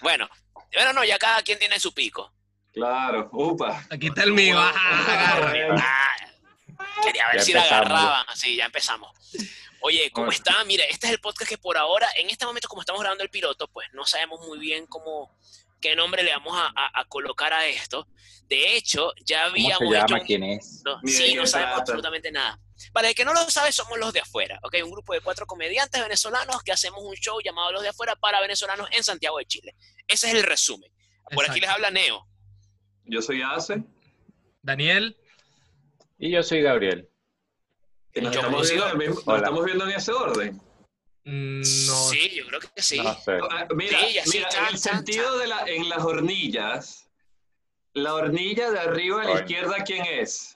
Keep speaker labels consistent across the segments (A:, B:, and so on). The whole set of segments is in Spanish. A: Bueno, bueno, no, ya cada quien tiene su pico.
B: Claro, upa.
C: Aquí está el mío. ajá, agarra.
A: Ah, Quería ver
D: Ya
A: si la
D: empezamos.
A: agarraban. Sí, ya empezamos. Oye, ¿cómo
B: Bueno.
A: está? Mira, este es el podcast que por ahora, en este momento, como estamos grabando el piloto, pues no sabemos muy bien cómo, qué nombre le vamos a, a- a colocar a esto. De hecho, ya
D: ¿Cómo
A: habíamos
D: se
A: hecho
D: llama?
A: un-
D: ¿Quién es?
A: no,
B: Ni de
A: sí,
B: qué
A: no sabemos
B: trata.
A: absolutamente nada. Para el que no lo sabe, somos los de afuera, ¿ok? Un grupo de cuatro comediantes venezolanos que hacemos un show llamado Los de afuera para venezolanos en Santiago de Chile. Ese es el resumen. Por aquí
C: Exacto.
A: les habla Neo.
B: Yo soy Ace.
C: Daniel,
D: Y yo soy Gabriel.
B: que Nos
A: Yo
B: estamos,
A: consigo-
B: viendo, en el mismo- nos
D: Hola.
B: estamos viendo en ese orden.
C: mm, no.
A: Sí, yo creo que sí.
D: No sé.
B: Ah, Mira,
A: Sí, así,
B: mira,
A: chan,
B: en el
A: chan,
B: sentido de la, en las hornillas, la hornilla de arriba a la
D: Coño.
B: izquierda, ¿quién es?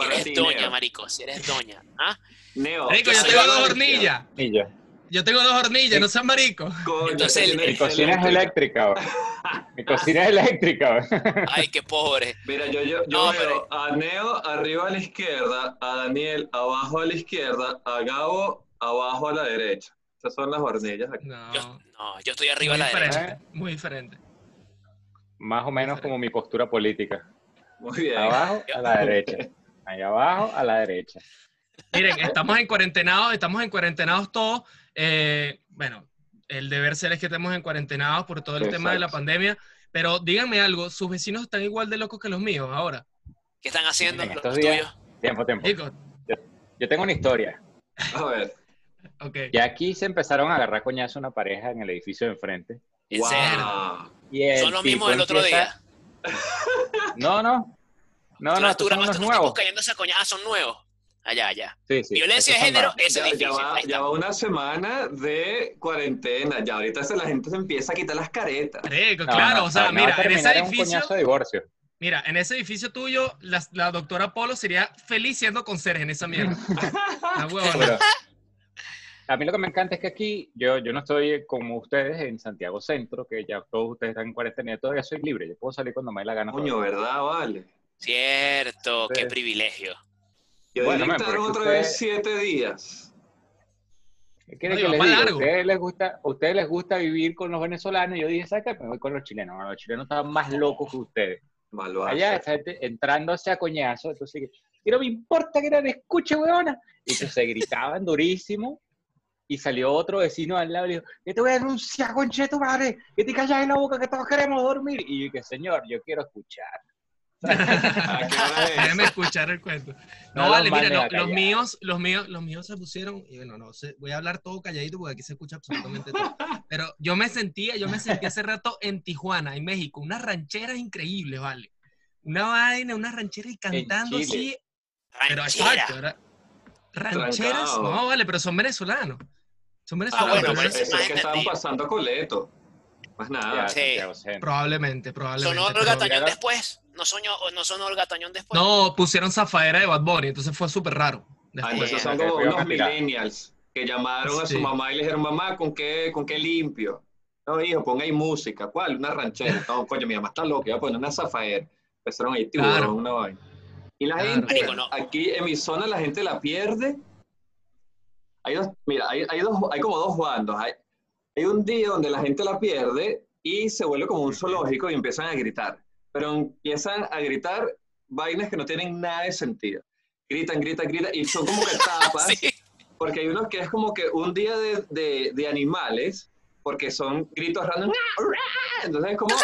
A: eres
B: ti,
A: doña,
B: Neo.
A: marico, si eres doña. ¿ah?
B: Neo.
C: Marico,
A: yo
C: yo
B: soy
C: tengo
B: la
C: dos
B: derecha.
C: hornillas.
D: Y yo.
C: Yo tengo dos hornillas, no seas marico.
B: Coño,
A: Entonces,
B: tiene
A: el-
D: Mi cocina es eléctrica. bro. Mi cocina es eléctrica. bro.
A: Ay, qué pobre.
B: Mira, yo, yo, yo
A: No,
B: veo a Neo arriba a la izquierda, a Daniel abajo a la izquierda, a Gabo abajo a la derecha. Esas son las hornillas aquí.
C: No.
A: Yo, no, yo estoy arriba a la
C: muy
A: derecha.
C: diferente,
D: derecha.
C: Muy diferente.
D: Más o menos como mi postura política.
B: Muy bien.
D: Abajo a la derecha. Ahí abajo a la derecha.
C: Miren, estamos en cuarentenados, estamos en cuarentenados todos. eh, bueno, el deber ser es que estemos en cuarentenados por todo el tema de la
D: Exacto.
C: pandemia. Pero díganme algo, ¿sus vecinos están igual de locos que los míos ahora?
A: ¿Qué están haciendo
D: En
A: los
D: estos
A: tuyos?
D: días. Tiempo, tiempo.
C: Chicos,
D: Yo tengo una historia.
B: A ver.
C: ok.
D: Ya aquí se empezaron a agarrar coñazo una pareja en el edificio de enfrente.
A: ¿En
B: Wow.
A: serio?
D: Y el
A: Son los
D: tipo
A: mismos del otro
D: empieza-
A: día.
D: No, no. No,
A: Tú
D: no,
A: tú grabaste
D: estos son unos
A: unos tipos
D: nuevos.
A: cayéndose a coñadas, Ah, son nuevos. Allá, allá.
D: Sí, sí,
A: Violencia de
D: estos son
A: género,
D: nuevos.
A: ese
B: Ya, ya
A: edificio.
B: va,
A: Ahí
B: ya
A: está.
B: va una semana de cuarentena. Ya ahorita se, la gente se empieza a quitar las caretas.
C: Marico,
D: No,
C: claro,
D: no,
C: o sea,
D: no,
C: mira,
D: va a
C: en ese
D: terminar un
C: edificio,
D: coñazo de divorcio.
C: mira, en ese edificio tuyo, la, la doctora Polo sería feliz siendo conserje en esa mierda. Ah, La huevona.
D: Pero a mí lo que me encanta es que aquí yo, yo no estoy como ustedes en Santiago Centro, que ya todos ustedes están en cuarentena, yo todavía soy libre, yo puedo salir cuando me dé la gana.
B: Coño, ¿verdad? Vale.
A: Cierto, qué
D: Sí.
A: privilegio.
B: Y hoy
D: Bueno, men,
B: dictaron
D: pero es que
B: otra
D: usted-
B: vez siete días.
D: ¿Qué quieren
C: No,
D: que
C: y va
D: les
C: para
D: diga?
C: largo.
D: ¿Ustedes les gusta, a ustedes les gusta vivir con los venezolanos? Y yo dije, saca, me voy con los chilenos. Bueno, los chilenos están más locos que ustedes.
B: Malvado.
D: Allá esa gente entrándose a coñazo, entonces, y no me importa que no me escuche, huevona. Y que se gritaban durísimo. Y salió otro vecino al lado y le dijo, que te voy a denunciar, conche de tu madre, que te callas en la boca, que todos queremos dormir. Y yo que señor, yo quiero escuchar.
B: ¿A qué hora es?
C: Déjame escuchar el cuento. No,
D: No
C: vale,
D: los
C: mira,
D: mandes
C: lo-
D: a
C: los
D: callar.
C: míos, los míos, los míos se pusieron, y bueno, no sé, voy a hablar todo calladito porque aquí se escucha absolutamente todo. Pero yo me sentía, yo me sentía hace rato en Tijuana, en México, unas rancheras increíbles, vale. Una vaina, unas rancheras y cantando
D: Chile.
C: así, pero
A: Ranchera.
C: exacto, era- rancheras,
B: Trancado.
C: no, vale, pero son venezolanos. Son
A: Ah,
C: venezolanos.
A: bueno,
C: pero
A: pero
B: Eso
C: es-
B: es que estaban pasando coleto. Más nada.
D: Ya,
A: Sí.
D: Santiago Centro.
C: probablemente, probablemente.
A: ¿Sonó Olga
C: pero-
A: Tañón después? ¿No, soñó, o ¿No sonó Olga Tañón después?
C: no, pusieron zafadera de Bad Bunny, entonces fue súper raro.
B: Pues Ah,
C: Después.
B: entonces
A: Sí,
B: son
D: porque
B: como
D: fui a
B: unos
D: castigar.
B: millennials que llamaron a su
C: este Sí.
B: mamá y le dijeron, mamá, ¿con qué, ¿con qué limpio? No, hijo, ponga ahí música. ¿Cuál? Una ranchera. No, coño, mi mamá está loca, iba a poner una zafaera. Empezaron ahí, tiburón,
C: Claro.
B: una vaina. Y la
C: Claro.
B: gente,
A: Marico, no.
B: aquí en mi zona la gente la pierde. Hay dos, mira, hay, hay dos, hay como dos bandos. Hay, hay un día donde la gente la pierde y se vuelve como un zoológico y empiezan a gritar. Pero empiezan a gritar vainas que no tienen nada de sentido. Gritan, gritan, gritan y son como que tapas.
A: Sí.
B: Porque hay unos que es como que un día de, de- de animales, porque son gritos random. Entonces es como.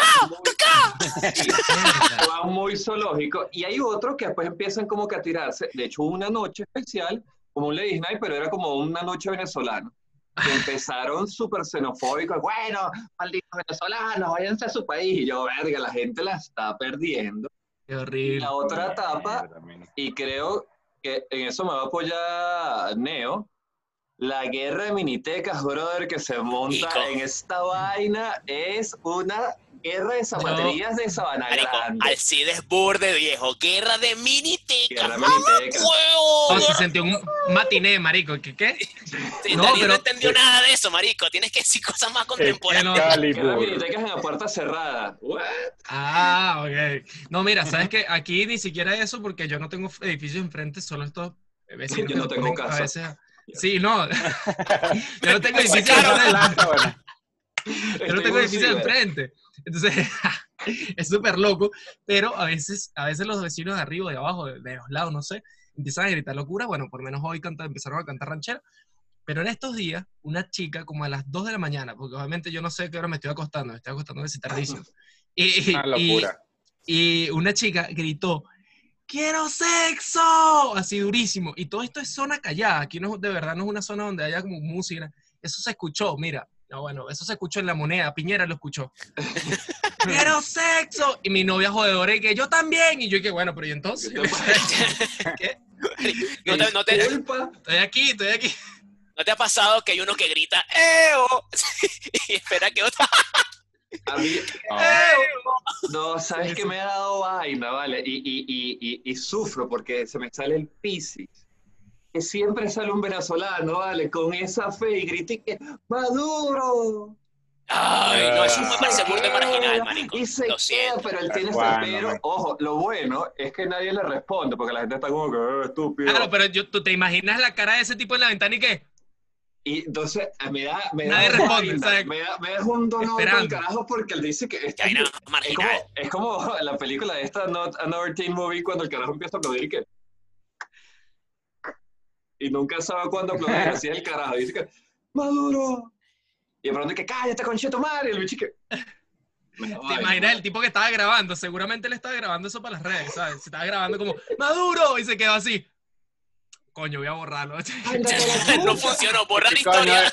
C: Mierda.
B: Va muy zoológico. Y hay otros que después empiezan como que a tirarse. De hecho, hubo una noche especial, como un Lady Night, pero era como una noche venezolana. Y empezaron súper xenofóbicos. Bueno, malditos venezolanos, váyanse a su país. Y yo, verga, la gente la está perdiendo.
C: Qué
B: Y
C: horrible.
B: la otra etapa,
D: Mierda, men.
B: y creo que en eso me va a apoyar Neo, la guerra de minitecas, brother, que se monta
A: Marico.
B: en esta vaina es una guerra de zapaterías de Sabana
A: Marico,
B: Grande.
A: Alcides Burde, viejo. Guerra de minitecas.
B: Guerra de minitecas.
C: No,
A: ¡Huevo!
C: se sintió un matiné, marico. ¿Qué? qué?
A: Sí,
C: No,
A: Daniel no
C: pero-
A: entendió nada de eso, marico. Tienes que decir cosas más contemporáneas.
B: Que las
D: Excalibur.
B: bibliotecas en la puerta cerrada. What?
C: Ah, ok. No, mira, sabes que aquí ni siquiera eso, porque yo no tengo edificios enfrente, solo estos vecinos
B: Yo
C: que
B: no
C: nos
B: tengo
C: ponen
B: casa. Pues
C: a veces- Sí, no. yo no tengo edificios
A: sacaron.
C: enfrente.
D: Lanza, bueno.
C: yo
D: Este
C: no tengo edificio
B: ¿eh?
C: enfrente. Entonces, es súper loco, pero a veces, a veces los vecinos de arriba, de abajo, de, de los lados, no sé, empiezan a gritar locura. Bueno, por lo menos hoy canta- empezaron a cantar ranchera. Pero en estos días, una chica como a las 2 de la mañana, porque obviamente yo no sé a qué hora me estoy acostando, me estoy acostando a veces tardísimo. Y,
D: Una
C: y-
D: locura.
C: y una chica gritó, quiero sexo, así durísimo. Y todo esto es zona callada, aquí no, es- de verdad no es una zona donde haya como música. Eso se escuchó, mira. No, bueno, eso se escuchó en la moneda, Piñera lo escuchó. quiero sexo. Y mi novia jodedora y que yo también. Y yo y que bueno, pero ¿y entonces?
A: ¿No te, no te-
B: Culpa.
C: estoy aquí, estoy aquí.
A: no te ha pasado que hay uno que grita ¡Eo! y espera que otro
B: A mí-
C: Eh,
D: Ah,
B: No, sabes que me ha dado vaina, vale, y, y- y- y- y sufro porque se me sale el piscis. Que siempre sale un venezolano, vale, con esa fe y grita y que Maduro.
A: ¡Ay, no! Eso me
D: Ah.
A: parece burda de marginal, marico.
B: Y se
A: Lo
B: queda,
A: siento.
B: pero él
D: Tal
B: tiene
D: cual,
B: ese pero.
D: mamá.
B: Ojo, lo bueno es que nadie le responde porque la gente está como que "Eh, estúpido.
C: Claro, Ah, pero yo, tú te imaginas la cara de ese tipo en la ventana y que
B: Y entonces eh, me da, me
C: Nadie
B: da
C: responde,
B: vaina,
C: ¿sabes?
B: me da, me da un dolor del
C: Esperando.
B: carajo porque él dice que
A: Que hay nada
B: es como,
A: marginal.
B: es como la película de esta Not Another Teen Movie cuando el carajo empieza a aplaudir y que y nunca sabe cuándo aplaudir, así es el carajo, dice que Maduro y de pronto que cállate concheto madre, y el bicho que me da
C: te
B: vaina.
C: imaginas el tipo que estaba grabando. Seguramente él estaba grabando eso para las redes, ¿sabes? Se estaba grabando como Maduro y se quedó así. Coño, voy a borrarlo.
B: Ándate a la
A: no
B: puta.
A: funcionó. Borrar
D: qué coño,
A: historia.
D: eh.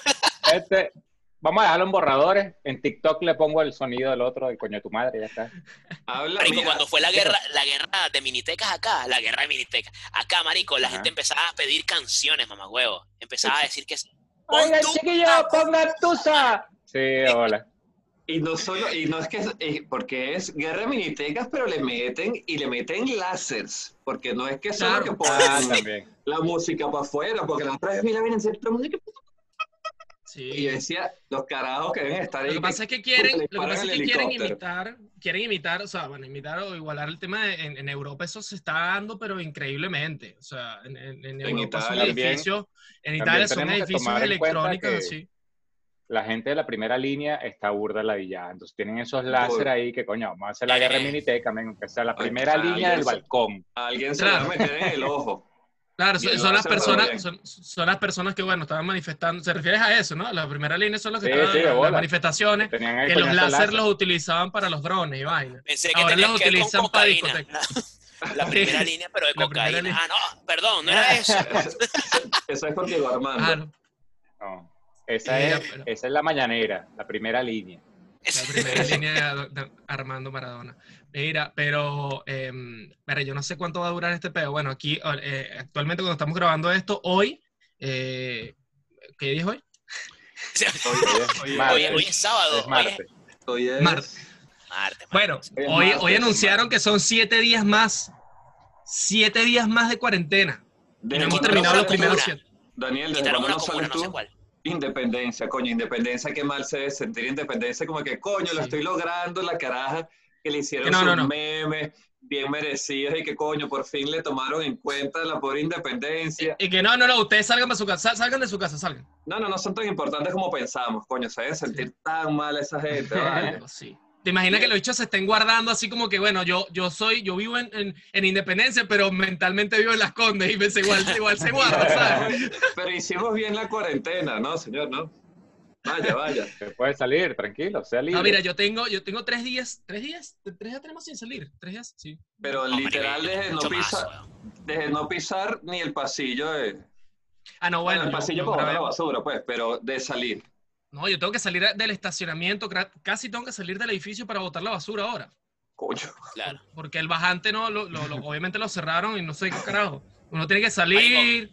D: Este, vamos a dejarlo en borradores. En TikTok le pongo el sonido del otro de coño de tu madre, ya está.
B: Habla,
A: Marico,
B: mira,
A: cuando fue la guerra, la guerra de minitecas acá, la guerra de minitecas, acá, marico, la
D: Ajá.
A: gente empezaba a pedir canciones, mamá huevo. Empezaba a decir que sí.
D: Oiga,
A: Pon tu-
D: chiquillo, pongan tusa. Sí, hola.
B: y no solo y no es que es- eh, porque es guerra de minitecas, pero le meten y le meten láseres, porque no es que solo
C: Claro.
B: que
D: Ah,
B: pongan
D: también.
B: la música para afuera, porque la otra vez mira vienen todo el mundo que Y
C: Sí.
B: yo decía, los carajos que deben estar ahí.
C: Lo que pasa es que
B: le
C: quieren, lo que
B: disparan
C: pasa es
B: el
C: que quieren
B: helicóptero.
C: imitar, quieren imitar, o sea, bueno, imitar o igualar el tema de- en, en Europa eso se está dando, pero increíblemente. O sea, en, en, en Europa son
B: Italia
D: también.
C: edificios, en
D: También
C: Italia son
D: tenemos que
C: edificios
D: tomar en cuenta
C: electrónicos,
D: que-
C: así.
D: La gente de la primera línea está burda la villada. Entonces tienen esos láser ahí que, coño, vamos a hacer la guerra en miniteca, men, aunque sea la
B: Ay,
D: primera
B: claro,
D: línea del
B: eso.
D: balcón.
B: Alguien se
C: Claro.
B: va a meter en el ojo.
C: Claro, son,
B: Bien,
C: son las
B: lo hacen muy
C: personas,
B: bien.
C: son, son las personas que bueno estaban manifestando. ¿Se refieres a eso, no? La primera línea son los que
D: Sí,
C: estaban
D: sí, de
C: en
D: bola.
C: las manifestaciones,
D: Tenían el
C: que los
D: coñazo
C: láser los utilizaban para los drones y vaina.
A: Pensé que
C: Ahora
A: tenías
C: los
A: que ir
C: utilizan
A: con
C: para
A: cocaína. La, la primera línea, pero de
C: La primera
A: cocaína.
C: línea.
A: Ah, no, perdón, no era eso.
B: Eso es contigo, Armando.
C: Claro,
D: No, esa,
C: Mira,
D: es,
C: pero-
D: esa es la mañanera, la primera línea.
C: la primera línea de, Ado- de Armando Maradona. Mira, pero, em, pero yo no sé cuánto va a durar este pedo. Bueno, aquí eh, actualmente cuando estamos grabando esto, hoy, eh, ¿qué día es hoy?
D: Hoy es
A: Hoy,
D: martes.
A: hoy es sábado,
D: Es
A: hoy es
D: martes.
B: Hoy es-
C: Marte.
A: martes.
C: Bueno,
B: Es
C: hoy,
B: martes,
C: hoy
B: es
C: anunciaron
B: martes.
C: que son siete días más. Siete días más de cuarentena. Y no
B: Desde
C: hemos
B: cuando
C: terminado los
B: sales tú,
C: primeros siete.
B: Daniel, desde
A: Quitaron
B: cuando
A: una
B: no
A: comuna,
B: sales
A: no sé
B: tú.
A: cuál.
B: Independencia, coño, independencia, qué mal se debe sentir independencia, como que coño, lo
C: Sí.
B: estoy logrando, la caraja que le hicieron
C: Que no,
B: sus
C: no, no.
B: memes, bien merecidas, y que coño, por fin le tomaron en cuenta la pobre independencia.
C: Y que no, no, no, ustedes salgan de su casa, sal- salgan de su casa, salgan.
B: No, no, no son tan importantes como pensamos, coño, se debe sentir tan mal esa gente, vale.
C: Sí. ¿Te imaginas que los bichos se estén guardando así como que, bueno, yo, yo soy, yo vivo en, en- en Independencia, pero mentalmente vivo en Las Condes y pensé, igual, igual se guarda, ¿sabes?
B: Pero hicimos bien la cuarentena, ¿no, señor? No. Vaya, vaya.
D: Se puede salir, tranquilo, sea libre.
C: No, mira, yo tengo, yo tengo tres días, tres días, tres días tenemos sin salir, tres días, sí.
B: Pero
A: No,
B: literal,
A: marico,
B: desde no,
A: mucho más,
B: pisar,
A: weón.
B: desde no pisar ni el pasillo de.
C: Ah,
B: Bueno,
C: no, bueno.
B: el
C: yo-
B: pasillo
C: yo
B: para botar
C: grabé-
B: la basura, pues, pero de salir.
C: no, yo tengo que salir del estacionamiento, cra- casi tengo que salir del edificio para botar la basura ahora.
B: Coño.
A: Claro.
C: Porque el bajante no, lo, lo- lo- obviamente lo cerraron y no sé qué carajo. Uno tiene que salir.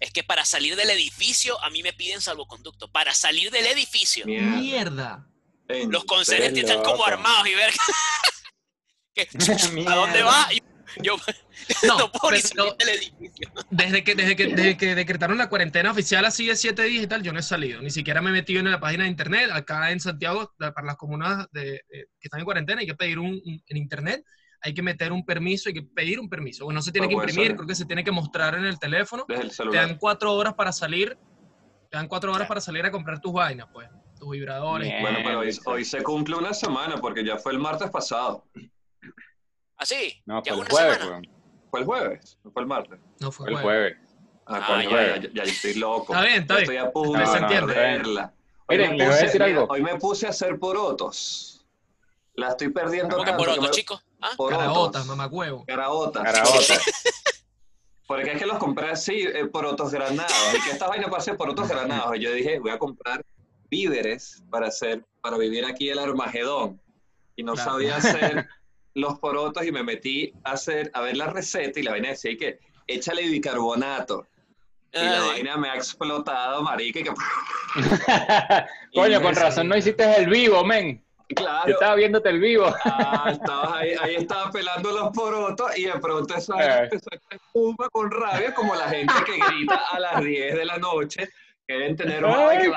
A: Es que para salir del edificio, a mí me piden salvoconducto. Para salir del edificio.
B: Mierda.
C: Mierda.
B: En
A: Los conserjes
D: Qué
A: están
D: loco.
A: como armados y ver que- ¿A dónde
D: Mierda.
A: va? Yo, yo no,
C: No,
A: puedo ni
C: pero-
A: salir del edificio.
C: Desde que, desde, que, desde que decretaron la cuarentena oficial así de 7 días y tal, yo no he salido. Ni siquiera me he metido en la página de internet. Acá en Santiago, la- para las comunas de- eh, que están en cuarentena, hay que pedir un, un- en internet, hay que meter un permiso, hay que pedir un permiso. Bueno, no
D: Ah,
C: se tiene
B: Para
C: que
B: poder
C: imprimir,
B: salir.
C: creo que se tiene que mostrar en el teléfono.
B: Desde el
C: Te dan
B: celular.
C: cuatro horas para salir, te dan cuatro horas
A: Claro.
C: para salir a comprar tus vainas, pues. tus vibradores.
D: Bien.
B: Bueno, pero hoy,
D: Exacto.
B: hoy se cumple una semana porque ya fue el martes pasado.
A: Así,
D: No,
A: ¿Ah, ya
D: fue el
A: una
D: jueves,
A: semana.
D: weón.
B: ¿Fue el jueves? ¿No fue el martes?
C: No
D: Fue
C: fue
D: el
C: jueves.
D: jueves.
B: Ah,
A: Ah,
B: coño,
A: ya.
B: ya, ya, ya estoy loco.
C: Está bien, está
B: Ya Estoy a punto
C: No,
B: de
C: se entiende.
B: perderla. Hoy
D: Miren,
B: me
D: les voy a
B: puse-
D: decir algo.
B: Hoy me puse a hacer porotos. La estoy perdiendo
A: ¿Cómo que
B: tanto.
A: por
B: que
A: otro,
B: me-
A: chicos? ¿Ah?
B: porotos.
C: Carabotas, mamacuevo.
B: Caraotas.
D: Caraota.
B: Porque es que los compré así, eh, porotos granados. Y que esta vaina parece porotos granados. Y yo dije, voy a comprar víveres para hacer, para vivir aquí el Armagedón. Y no
C: Claro.
B: sabía hacer los porotos y me metí a hacer, a ver la receta y la vaina decía que échale bicarbonato. Y la
A: Ay,
B: vaina me ha explotado, marica. y que-
D: Coño,
B: Y
D: con
B: me-
D: razón no hiciste el vivo, men. Yo
B: Claro.
D: estaba viéndote el vivo.
B: Ah, estabas ahí, ahí estaba pelando los porotos y de pronto eso
D: Eh.
B: empezó a espuma con rabia, como la gente que grita a las 10 de la noche. Quieren tener un
D: Ay,
B: que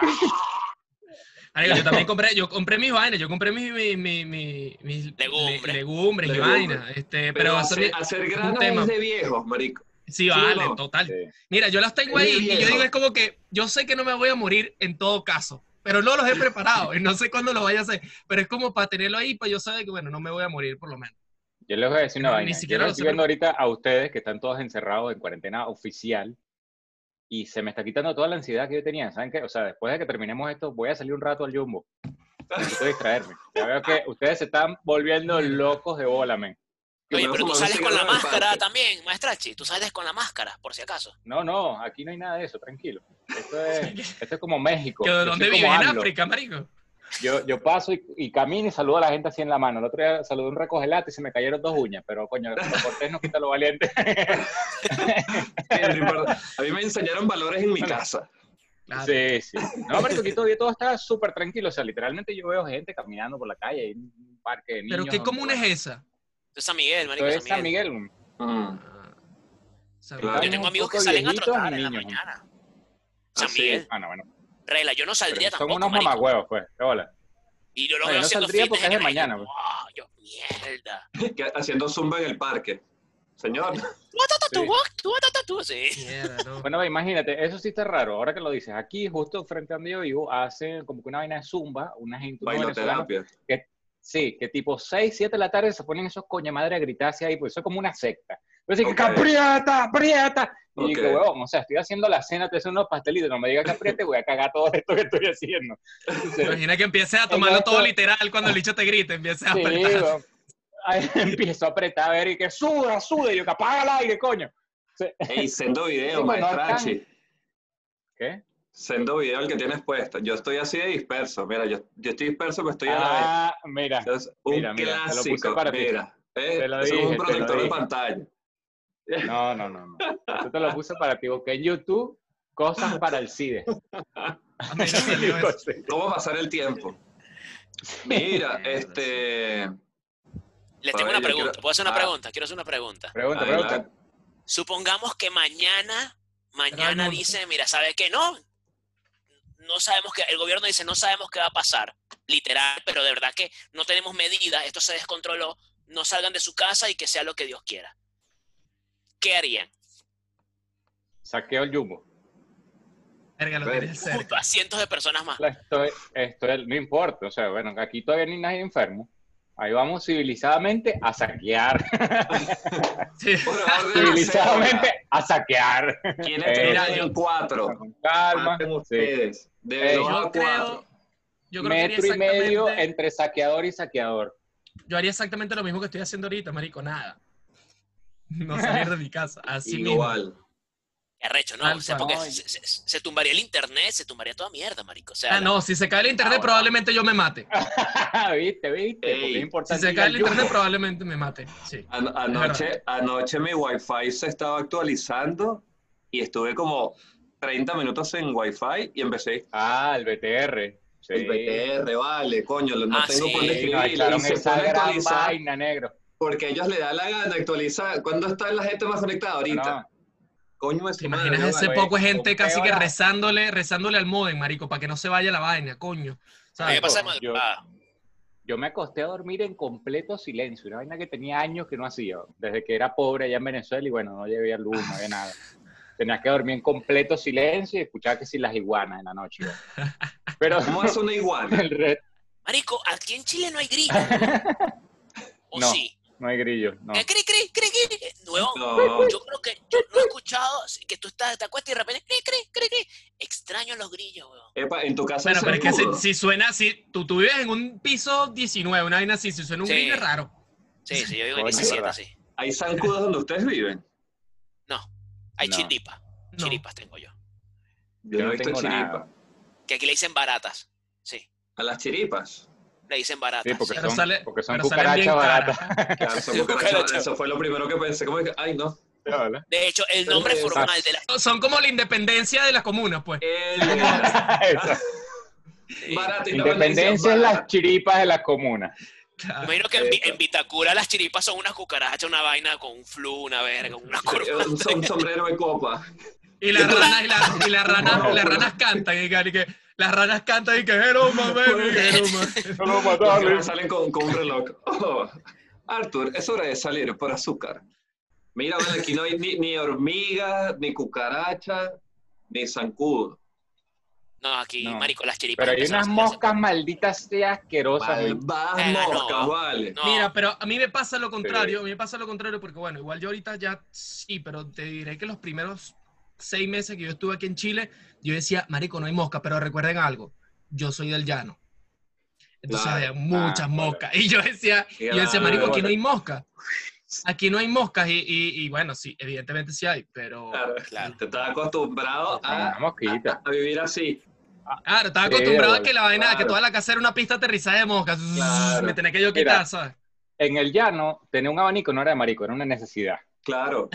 C: Marico, yo también compré, yo compré mis vainas, yo compré mis, mi- mi- mi- mis
A: Legumbres.
C: le- legumbres y
B: Legumbres.
C: vainas. Este, pero,
B: Pero
C: eso
B: hacer,
C: bien-
B: hacer
C: es un
B: granos
C: tema.
B: es de viejos, marico.
C: sí, vale,
B: no.
C: total.
D: Sí.
C: Mira, yo las tengo
B: Es
C: ahí
B: de
C: y yo
B: viejo.
C: digo, es como que yo sé que no me voy a morir en todo caso, pero no los he preparado y no sé cuándo los vaya a hacer, pero es como para tenerlo ahí, pues yo sé que, bueno, no me voy a morir por lo menos.
D: Yo les voy a decir una
C: Ni
D: vaina. Yo
C: siquiera
D: los
C: lo
D: estoy
C: sé,
D: viendo ahorita a ustedes que están todos encerrados en cuarentena oficial y se me está quitando toda la ansiedad que yo tenía. ¿Saben qué? O sea, después de que terminemos esto, voy a salir un rato al jumbo. Necesito distraerme. Ya veo que ustedes se están volviendo locos de bola, men.
B: Que
A: Oye,
B: me
A: pero tú
B: fumo
A: sales
B: un
A: con la
B: cigarro en el
A: máscara
B: parque.
A: también, maestrachi. Tú sales con la máscara, por si acaso.
D: No, no, aquí no hay nada de eso, tranquilo. Esto es, esto es como México.
C: ¿Que
D: Yo
C: de
D: soy
C: dónde
D: como
C: vive en
D: AMLO.
C: África, marico?
D: Yo, yo paso y, y camino y saludo a la gente así en la mano. El otro día saludé un recogelate y se me cayeron dos uñas, pero coño, lo cortés no quita lo valiente.
B: Henry, perdón. A mí me enseñaron valores en mi casa.
C: Claro.
D: Sí, sí. No, pero aquí todavía todo está súper tranquilo. O sea, literalmente yo veo gente caminando por la calle, en un parque de niños.
C: Pero qué
D: donde-
C: común es esa.
A: Tú San Miguel, marico,
D: Esto es San
A: San Miguel.
D: Miguel. güey.
B: Mm.
C: O sea,
B: Claro.
A: Yo
D: Estamos
A: tengo
D: un
A: amigos que
D: poco
A: salen a
D: viejitos y
A: trotar en la
D: niños, ¿no?
A: mañana. San
B: Así.
A: Miguel,
D: Ah, no, bueno.
A: regla, yo no
D: Pero
A: saldría
D: son
A: tampoco,
D: unos
A: marico.
D: mamagüeos, pues. qué bola.
A: Y yo lo
D: No,
A: veo
D: yo no
A: haciendo
D: saldría
A: fitness
D: porque es de
A: en el gym.
D: mañana, bro.
A: Wow, yo, mierda.
B: Que- Haciendo zumba en el parque. Señor,
A: Tú atata tu
D: Sí.
A: walk, tú atata tu... Sí.
C: mierda, no.
D: Bueno, ve, imagínate, eso sí está raro. Ahora que lo dices, aquí justo frente a donde yo vivo, hacen como que una vaina de zumba, una gente, unos venezolanos
B: bailoterapia.
D: Sí, que tipo 6, 7 de la tarde se ponen esos coña madre a gritarse ahí, pues eso es como una secta. Yo decía,
B: Ok.
D: que aprieta, aprieta. Y
B: Ok.
D: digo, huevón, o sea, estoy haciendo la cena, estoy haciendo unos pastelitos, no me digas que apriete, voy a cagar todo esto que estoy haciendo. Entonces,
C: Imagina que empieces a
D: Tengo
C: tomarlo
D: esto-
C: todo literal cuando el bicho te grite, empieces a
D: sí,
C: apretar.
D: huevón. Ahí empiezo a apretar, a ver, y que suda, suda, y yo que apaga el aire, coño.
B: Ey, sendo video,
D: Chico, no están-
B: maestrachi.
D: ¿Qué?
B: Sendo video el que tienes puesto. Yo estoy así de disperso. Mira, yo, yo estoy disperso, pero estoy a la vez.
D: Ah, mira,
B: Entonces, un
D: mira, mira, te lo puse
B: clásico.
D: para ti.
B: mira, eh,
D: Te lo
B: eso es
D: dije,
B: un
D: te lo
B: protector de
D: dije.
B: pantalla.
D: no, no, no, no. Yo te lo puse para ti, busqué en YouTube cosas para el CIDE.
C: A mí no salió eso.
B: ¿Cómo pasar el tiempo? Mira, este.
A: Les
B: A
A: tengo
B: ver,
A: una
B: yo
A: pregunta.
B: quiero-
A: ¿Puedo hacer una
B: Ah.
A: pregunta? Quiero hacer una pregunta.
D: Pregunta,
B: adelante.
D: pregunta.
A: Supongamos que mañana, mañana
C: mundo.
A: dice, mira, ¿sabes qué? No, no sabemos que, el gobierno dice, no sabemos qué va a pasar, literal, pero de verdad que no tenemos medidas, esto se descontroló, no salgan de su casa y que sea lo que Dios quiera. ¿Qué harían?
D: Saqueo el jumbo.
C: Verga, lo tienes cerca.
A: Junto a cientos de personas más.
D: La estoy, estoy- no importa, o sea, bueno, aquí todavía ni nadie enfermo. Ahí vamos civilizadamente a saquear.
C: Sí.
B: Por orden de cero,
D: civilizadamente a saquear.
B: ¿Quiénes
D: Eh,
B: terminan
C: mira,
B: en
C: yo-
B: cuatro?
D: Con calma.
B: Maten
D: sí.
B: ustedes. De
D: Eh,
B: dos
C: Yo
B: a
C: creo,
B: cuatro.
C: yo creo que haría
D: Metro y medio
C: exactamente-
D: entre saqueador y saqueador.
C: yo haría exactamente lo mismo que estoy haciendo ahorita, marico, nada. No salir de mi casa, así mismo.
B: Igual.
A: Qué arrecho, ¿no?
C: Tal
A: O sea,
C: cual.
A: porque
D: Ay.
A: se, se- se tumbaría el internet, se tumbaría toda mierda, marico. O sea,
C: Ah, no, si se cae el internet
D: Ah, bueno.
C: probablemente yo me mate.
D: ¿Viste, viste?
B: Ey,
D: Porque es
C: Si
D: importante.
C: se
D: ir
C: cae
D: al
C: el
D: jumbo.
C: internet probablemente me mate. Sí.
D: Ah,
B: Ano- Anoche, anoche mi wifi se estaba actualizando y estuve como 30 minutos en wifi y empecé.
D: Ah, el BTR. Sí.
B: El BTR, vale, coño, lo- no
A: Ah,
B: tengo
A: sí.
B: por dónde
D: Sí, nos
B: escribir.
D: echaron
B: y se
D: esa
B: pone a
D: gran
B: actualizar
D: vaina, negro.
B: porque a ellos les da la gana de actualizar. ¿Cuándo está la gente más conectada ahorita?
D: No,
B: Coño, es
C: ¿Te imaginas
D: Madre,
C: ese
D: güey,
C: poco de gente
D: con
C: casi que
D: peor-
C: rezándole, rezándole al modem, marico, para que no se vaya la vaina, coño? ¿Sabes?
A: ¿qué pasa de
D: yo-
A: madrugada?
D: Yo me acosté a dormir en completo silencio, una vaina que tenía años que no hacía, desde que era pobre allá en Venezuela y bueno, no llevaba luz, no había nada. Tenía que dormir en completo silencio y escuchaba que si las iguanas en la noche. ¿no? Pero
B: ¿Cómo es una iguana?
D: el resto
A: Marico, aquí en Chile no hay grillo. ¿O
D: No.
A: sí?
D: no hay grillo. No.
A: Eh, Cri, cri, cri, cri. Huevón,
B: No.
A: yo creo que yo no he escuchado que tú estás, te acuestas y de repente cri, cri, cri, cri. Extraño los grillos, weón.
B: Epa, en tu casa
C: Bueno, pero es que si,
B: seguro.
C: si suena así, tú, tú vives en un piso 19, una vaina así, si suena un
A: Sí.
C: grillo es raro.
A: Sí, sí, yo vivo en
D: Coño,
A: 17,
D: ¿verdad?
A: sí.
B: Hay zancudos donde ustedes viven.
A: No, hay
D: No.
A: chiripas.
C: No.
A: Chiripas tengo yo.
B: Yo, no he visto chiripas.
A: Que aquí le dicen baratas. Sí,
B: A las chiripas.
A: le dicen baratas.
D: Sí, porque
C: Pero
D: son,
C: sale-
D: porque son
C: pero salen bien caras.
D: cucarachas baratas.
B: Claro, son
A: Sí,
B: cucarachas.
A: cucarachas.
B: Eso fue lo primero que pensé. Como que, ay, no.
D: Hola.
A: De hecho, el nombre
B: Pero-
A: formal de la...
C: Son como la independencia de las comunas, pues.
B: Eh,
D: Eso.
B: barata y
D: Independencia es las
B: barata.
D: chiripas de las comunas.
A: Me imagino que en, Vi- en Vitacura las chiripas son unas cucarachas, una vaina con un flu, una verga, una curva.
B: Un, un sombrero de copa.
C: Y
B: Eh,
C: las ranas, y las, y las ranas, y las ranas cantan, y que, y que- las ranas cantan y que Jeroma, baby,
B: eh,
C: Jeroma.
D: No lo
B: Los que no salen con, con un reloj. Oh, Arthur, es hora de salir por azúcar. Mira, bueno, aquí no hay ni, ni hormigas, ni cucaracha, ni zancudo.
A: No, aquí,
D: No.
A: marico, las chiripas...
D: Pero hay
A: empezaron
D: unas
A: a-
D: moscas malditas y asquerosas.
B: Malvas
A: Eh, no.
B: moscas, vale.
A: No,
C: Mira, pero a mí me pasa lo contrario,
D: Sí.
C: a mí me pasa lo contrario porque, bueno, igual yo ahorita ya sí, pero te diré que los primeros seis meses que yo estuve aquí en Chile, yo decía, marico, no hay mosca, pero recuerden algo, yo soy del llano. Entonces
B: Claro.
C: había muchas
D: Ah,
C: moscas. Y yo decía, yo decía,
B: Claro.
C: marico, aquí no hay mosca. Aquí no hay moscas. Y, y- y bueno, sí, evidentemente sí hay, pero...
B: Claro,
A: Claro.
B: Te estás acostumbrado a,
D: Una mosquita.
B: a vivir así.
C: Claro, estaba
D: Sí,
C: acostumbrado a
D: vale,
C: que la vaina, que
B: claro.
C: toda la casa era una pista de aterrizaje de moscas.
B: Claro.
C: Me tenía que yo
D: Mira.
C: quitar, ¿sabes?
D: En el llano, tener un abanico no era de marico, era una necesidad.
B: Claro.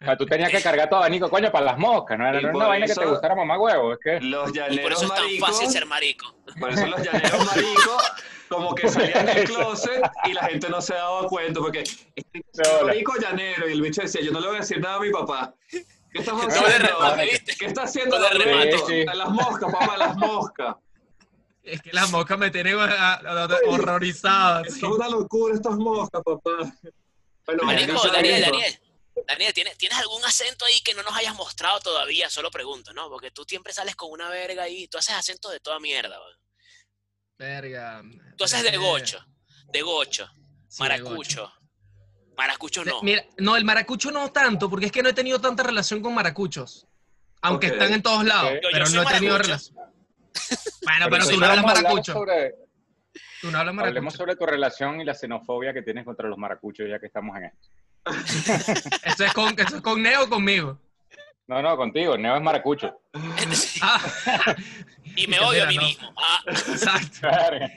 D: O sea, tú tenías que cargar tu abanico, coño, para las moscas. No era,
B: Y
D: no era
B: por
D: una vaina que
B: eso-
D: te gustara mamá huevo. Es que
B: Los
A: y por eso
B: llaneros
A: es tan
B: maricos,
A: fácil ser marico.
B: por eso los llaneros maricos, como que salían del closet y la gente no se daba cuenta porque este
D: Hola.
B: marico llanero y el bicho decía, yo no le voy a decir nada a mi papá. ¿Qué estás
A: No le
B: haciendo?
A: remato,
D: que-
A: ¿viste?
B: ¿Qué está haciendo?
A: No le
B: Alberto?
D: remato. Sí, sí.
B: A las moscas, papá, a las moscas.
C: Es que las moscas me tienen ah, ah, ah, horrorizado.
B: Es
C: sí.
B: una locura estas moscas, papá. Bueno,
A: Marico,
B: Marisa
A: Daniel,
B: dijo,
A: Daniel. Daniel, ¿tienes, ¿tienes algún acento ahí que no nos hayas mostrado todavía? Solo pregunto, ¿no? Porque tú siempre sales con una verga ahí. Tú haces acentos de toda mierda, weón.
C: Verga.
A: Tú haces de gocho, Eh. de gocho,
C: Sí, de gocho.
A: maracucho. Maracucho
C: De-
A: no.
C: Mira, no, el maracucho no tanto, porque es que no he tenido tanta relación con maracuchos. Aunque
B: Ok.
C: están en todos lados,
D: Ok. Yo-
A: yo
C: pero
A: soy
C: no he tenido
A: maracucho.
C: relación. Bueno, pero,
D: eso
C: tú no hablas
D: ya vamos a hablar
C: maracucho.
D: sobre-
C: Tú no hablas
D: Hablemos
C: maracucho.
D: sobre tu relación y la xenofobia que tienes contra los maracuchos, ya que estamos en esto.
C: Eso es con, eso es con Neo o conmigo.
D: No, no, contigo. Neo es maracucho.
C: Ah,
A: y me
C: que
A: odio a
C: mira,
A: mí
C: no.
A: mismo. Ah,
C: exacto.
D: Verga.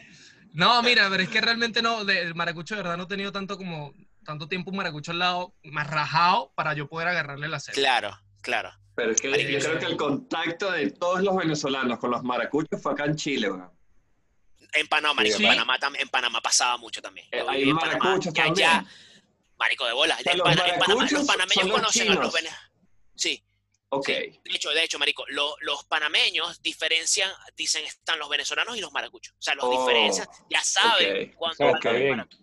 C: No, mira, pero es que realmente no, de- el maracucho de verdad no he tenido tanto como tanto tiempo un maracucho al lado, más rajado, para yo poder agarrarle la sed.
A: claro, claro.
B: Pero es que
A: Marico,
B: yo
A: sí.
B: creo que el contacto de todos los venezolanos con los maracuchos fue acá en Chile, weón.
A: En Panamá, marico,
C: Sí.
A: en Panamá también, en Panamá pasaba mucho también.
B: Eh,
A: Yo
B: hay
A: viví en Panamá,
B: maracuchos
A: que allá,
B: también.
A: marico de bola.
B: sea,
A: En,
B: los
A: Pana- en Panamá
B: maracuchos
A: los
B: son
A: panameños
B: los
A: conocen a los
B: chinos.
A: venezolanos. Sí.
B: Ok.
A: Sí, de hecho, de hecho, marico, lo- los panameños diferencian, dicen, están los venezolanos y los maracuchos. O sea, los
B: Oh,
A: diferencian, ya saben
B: ok.
A: cuándo
D: Ok,
A: hablan de
D: bien.
A: maracucho.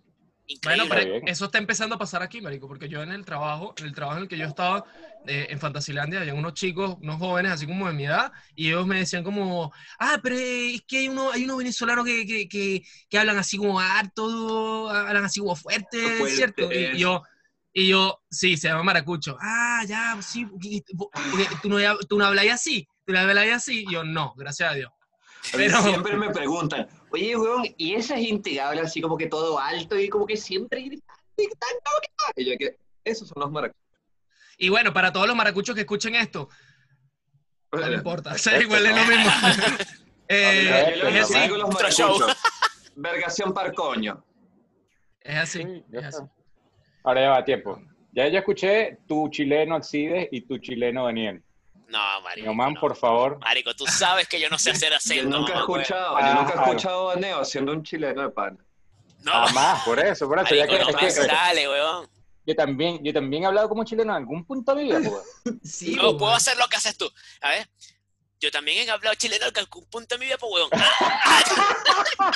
A: Increíble.
C: Bueno,
D: Está
C: pero
D: bien.
C: eso está empezando a pasar aquí, marico, porque yo en el trabajo, en el trabajo en el que yo estaba, eh, en Fantasilandia, había unos chicos, unos jóvenes, así como de mi edad, y ellos me decían como, ah, pero eh, es que hay, uno, hay unos venezolanos que, que, que, que hablan así como harto, hablan así como fuerte,
B: Fuerte,
C: ¿cierto? Y-
B: eso.
C: Y yo, y yo, sí, se llama maracucho. Ah, ya, sí, porque- porque tú no, tú no hablas así, tú no hablas así. Y yo, no, gracias a Dios.
B: A mí
C: Pero-
B: siempre me preguntan, oye, weón, y esa gente que habla así como que todo alto y como que siempre gritando y gritando, como que- Y yo que, esos son los maracuchos.
C: Y bueno, para todos los maracuchos que escuchen esto, no me importa, o sea, igual es lo mismo. Eh,
D: Yo
C: es así,
B: Algo los
A: Otro show.
B: maracuchos. Vergación parcoño.
C: es así.
D: Sí, ya
C: es
D: está.
C: así.
D: Ahora ya va tiempo. Ya yo escuché tu chileno Alcides y tu chileno Daniel.
A: No, marico.
D: Neoman,
A: no.
D: por favfavor.
A: Marico, tú sabes que yo no sé hacer
B: Yo
A: acento.
B: nunca he
A: mamá, güey.
B: escuchado,
D: Ah,
B: yo nunca he
D: claro.
B: escuchado a Neo siendo un chileno de pan.
A: No,
D: Jamás, Ah, por eso, por eso. Ya
A: marico,
D: que,
A: no
D: es
A: me
D: que-
A: sale, weón.
D: yo, también, yo también he hablado como chileno en algún punto de mi vida. pues.
C: Sí,
A: No
C: güey.
A: puedo hacer lo que haces tú. A ver, yo también he hablado chileno al algún punto de mi vida, pues, weón. Ah,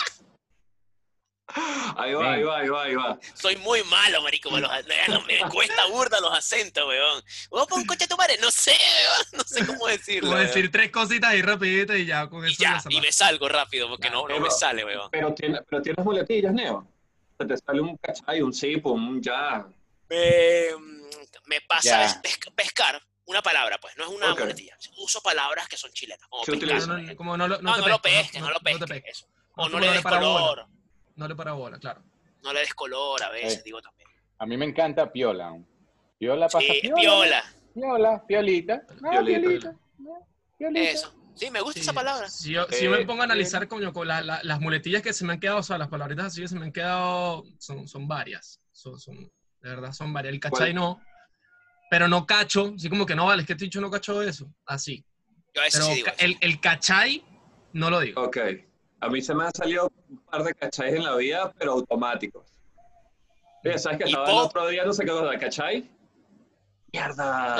B: Ahí va, ahí va, ahí va, ahí va.
A: Soy muy malo, marico. para los- eh, me cuesta burda los acentos, weón. Vos pon coche a tu madre. No sé, weón. No sé cómo decirlo.
C: Puedo
A: weón.
C: decir tres cositas ahí rapidito y ya con
A: y
C: eso
A: ya,
C: la
A: y
C: salvamos.
A: me salgo rápido porque no, no me
B: Pero-
A: sale, weón.
B: Pero, tiene- pero tienes boletillas, Neo. Se te sale un cachay, un sipo, un ya.
A: Eh, me pasa
D: Ya.
A: es pes- pescar una palabra, pues. No es una
B: Ok.
A: muletilla. Uso palabras que son chilenas. Como
B: Se
A: pescar,
B: utiliza.
A: por
C: No, no,
A: ejemplo.
C: como no lo,
A: No,
C: no
A: Ah, no,
C: te
A: lo
C: pesca,
A: pesques, no, lo
C: te
A: pesques.
C: pesca.
A: eso. O
C: tú
A: no le des
C: para bola,
A: color.
C: No le para bola, claro.
A: No le des color a veces,
D: Eh.
A: digo también.
D: A mí me encanta piola. Piola pasa
A: Sí,
D: piola.
A: piola.
D: Piola, piolita. Ah,
B: Piolita.
D: piolita. ah, piolita.
A: Eso. Sí, me gusta
C: Sí.
A: esa palabra.
C: Si yo, si yo me
B: Eh,
C: pongo a analizar, coño, con la- la- las muletillas que se me han quedado, o sea, las palabritas así que se me han quedado, son, son varias. Son, son- de verdad, son varias. El cachay
B: ¿Cuál?
C: no. Pero no cacho. Así como que no vale, es que te he dicho no cacho eso. Así.
A: Yo a veces
C: Pero
A: sí digo.
C: ca-
A: eso.
C: el, el cachay no lo digo.
B: Ok. A mí se me han salido un par de cachays en la vida, pero automáticos. Oye, ¿sabes que
A: Y
B: estaba
A: po-
B: el otro día, no sé qué cosa, cachay?
D: Ah,
B: ¡Mierda!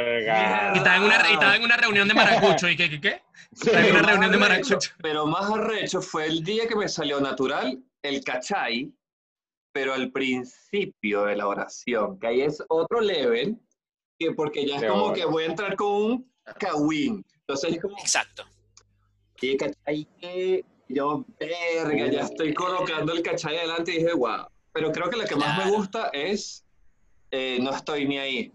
D: Verga.
C: Y estaba, en una, y estaba en una reunión de maracucho. ¿Y qué? ¿Qué? qué? Estaba en una
B: Pero
C: reunión de
B: más arrecho-
C: maracucho.
B: Pero más arrecho fue el día que me salió natural el cachay, pero al principio de la oración, que ahí es otro level, que porque ya es
D: Qué
B: como
D: bola.
B: que voy a entrar con un cagüín. Entonces es como,
A: Exacto.
B: oye, cachay, ¿qué? Yo, verga, ya estoy colocando el cachay adelante y dije, wow. Pero creo que la que más me
A: Claro.
B: gusta es eh, No estoy ni ahí.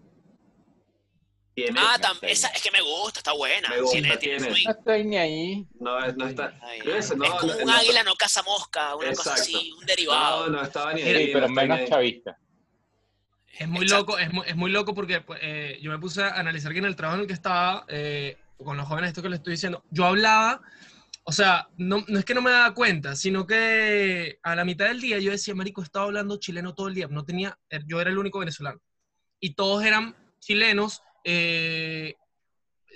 B: Tiene-
A: Ah,
D: no
A: tam-
D: sé.
A: esa es que me gusta, está buena.
B: Me gusta,
A: Tiene- tiene
B: tiene.
A: swing.
D: No estoy ni ahí.
B: no, es- no está.
A: Ay,
B: Es
A: es como un
B: no-
A: águila no caza mosca, una cosa
B: Exacto.
A: así, un
B: No,
A: derivado.
B: no estaba ni
C: Mira,
B: ahí.
D: Sí, pero
B: no estaba ni
D: menos
B: ahí.
D: chavista.
C: Es muy
A: Exacto.
C: loco, es muy, es muy loco porque pues, eh, yo me puse a analizar que en el trabajo en el que estaba, eh, con los jóvenes, esto que les estoy diciendo, yo hablaba, o sea, no, no es que no me daba cuenta, sino que a la mitad del día yo decía, Marico, estaba hablando chileno todo el día, no tenía, er- yo era el único venezolano. Y todos eran chilenos, eh,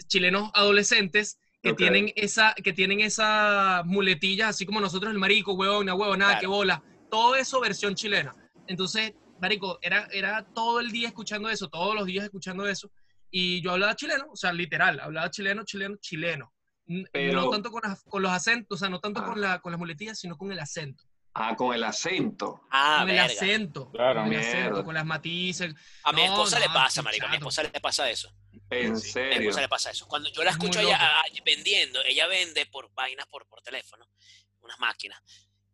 C: chilenos adolescentes. Que,
B: Ok.
C: tienen esa, que tienen esas muletillas, así como nosotros, el marico, huevón, huevo, nada,
A: Claro.
C: que bola. Todo eso versión chilena. Entonces, marico, era, era todo el día escuchando eso, todos los días escuchando eso. Y yo hablaba chileno, o sea, literal, hablaba chileno, chileno, chileno. N-
B: Pero-
C: No tanto con, las- con los acentos, o sea, no tanto
B: Ah.
C: con, la, con las muletillas, sino con el acento.
B: Ah, con el acento.
A: Ah,
C: con el
A: verga.
C: acento,
D: Claro,
C: con el
B: mierda.
C: acento, con las matices.
A: A mi
C: No,
A: esposa
C: no,
A: le pasa,
C: qué
A: marico, a mi
C: chato.
A: esposa le pasa eso.
B: En
A: A mi
B: serio.
A: esposa le pasa eso. Cuando yo la
C: Es muy
A: escucho a ella ah, vendiendo, ella vende por vainas por, por teléfono, unas máquinas.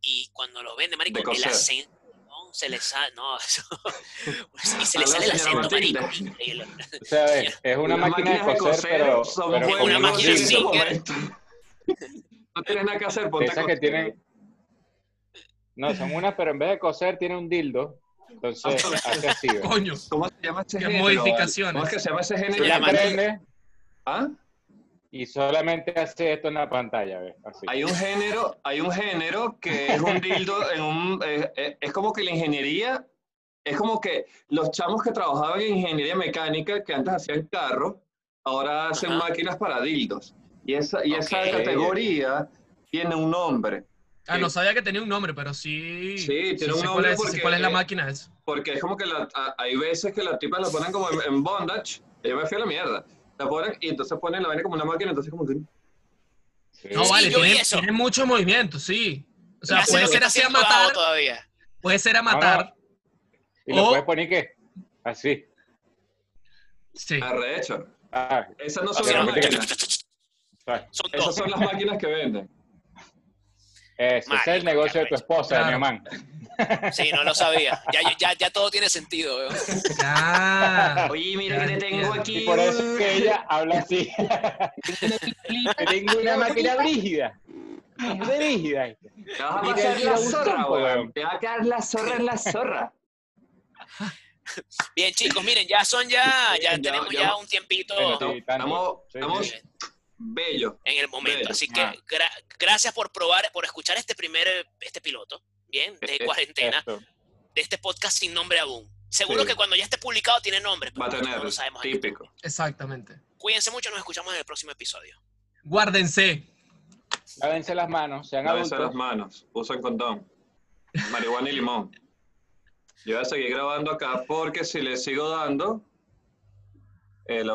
A: Y cuando lo vende, marico,
B: De
A: el
B: coser.
A: acento no, se le sale, no, eso- y se le
B: Aló,
A: sale el
B: señora
A: acento,
B: Matilde.
A: marico, increíble.
D: O sea, es, es una
B: Las
D: máquina de
B: máquinas
D: coser, pero,
B: somos
D: pero
B: buenos
D: con
A: Una
D: un
A: máquina
D: dildo.
B: en
A: sin-
B: este momento. No tienes nada que hacer,
D: De
B: ponte a
D: esas que
B: coser.
D: tienen. No, son unas, pero en vez de coser, tiene un dildo. Entonces, hace así. ¿ves?
C: Ah, Coño,
B: ¿Cómo se llama ese
C: Qué
B: género?
C: modificaciones.
B: ¿Cómo es que se llama ese
D: Tú
B: género?
A: La
D: la
A: máquina-
D: prendes
B: ¿Ah?
D: y solamente hace esto en la pantalla, ¿ves? Así.
B: Hay un género, hay un género que es un dildo en un eh, eh, es como que la ingeniería es como que los chamos que trabajaban en ingeniería mecánica que antes hacían carros, ahora hacen
A: Ajá.
B: máquinas para dildos. Y esa y esa
A: Ok.
B: categoría tiene un nombre,
C: ah, no sabía que tenía un nombre, pero sí.
B: Sí, tiene un
C: sé
B: nombre
C: cuál es, sí sé
B: porque-
C: cuál es la máquina esa.
B: porque es como que la- a- hay veces que las tipas la ponen como en, en bondage, yo me fui a la mierda. La ponen y entonces ponen la vaina como una máquina, entonces como que
D: eh, Sí.
C: No,
A: Sí,
C: vale,
A: yo vi
C: tiene,
A: eso.
C: tiene mucho movimiento, sí. O sea,
A: Hace
C: puede
A: lo que
C: ser
A: está
C: así a
A: haciendo Gabo
C: matar,
A: todavía.
C: puede ser a
D: no.
C: matar.
D: Y lo
C: O-
D: puedes poner que así.
C: Sí.
B: arrecho.
D: Ah,
B: Esas no
D: Ah,
B: son
D: pero
B: las
D: no te-
B: máquinas,
D: ah,
A: Son
B: esas
A: dos.
B: son las máquinas que venden.
D: eso, ese es el
A: Marico,
D: negocio de
A: qué
C: pues,
D: tu esposa,
C: arrecho.
D: mi hermano.
A: Sí, no lo sabía. Ya, ya, ya todo tiene sentido, weón.
C: Ah,
B: Oye,
C: mira que te tengo aquí
D: Y por eso es que ella habla así. Que Tengo una máquina brígida. Es brígida.
B: Te vas a
D: Y que
B: pasar
D: tira
B: la
D: un
B: zorra,
D: trompo,
B: weón.
D: weón.
B: Te va a quedar la zorra en la zorra.
A: Bien, chicos, miren, ya son ya, ya
B: Ya,
A: tenemos
B: ya.
A: ya un tiempito
D: Bueno,
B: Estamos-
D: tanto.
B: estamos-
D: Sí,
B: estamos
A: sí.
B: bellos.
A: en el momento.
B: Bueno,
A: Así que
D: ah.
A: gra- gracias por probar, por escuchar este primer, eh, este piloto, bien, de
B: Eh, eh,
A: cuarentena,
D: Esto.
A: de este podcast sin nombre aún. Seguro
B: Sí.
A: que cuando ya esté publicado tiene nombre,
B: Va
A: pero
B: a
A: no lo
B: tener,
A: sabemos.
B: típico.
C: exactamente.
A: Cuídense mucho, nos escuchamos en el próximo episodio.
C: Guárdense.
D: Lávense las manos, sean
B: Lávense las
D: adultos.
B: manos, usen condón, marihuana y limón. Yo voy a seguir grabando acá porque si le sigo dando, eh, la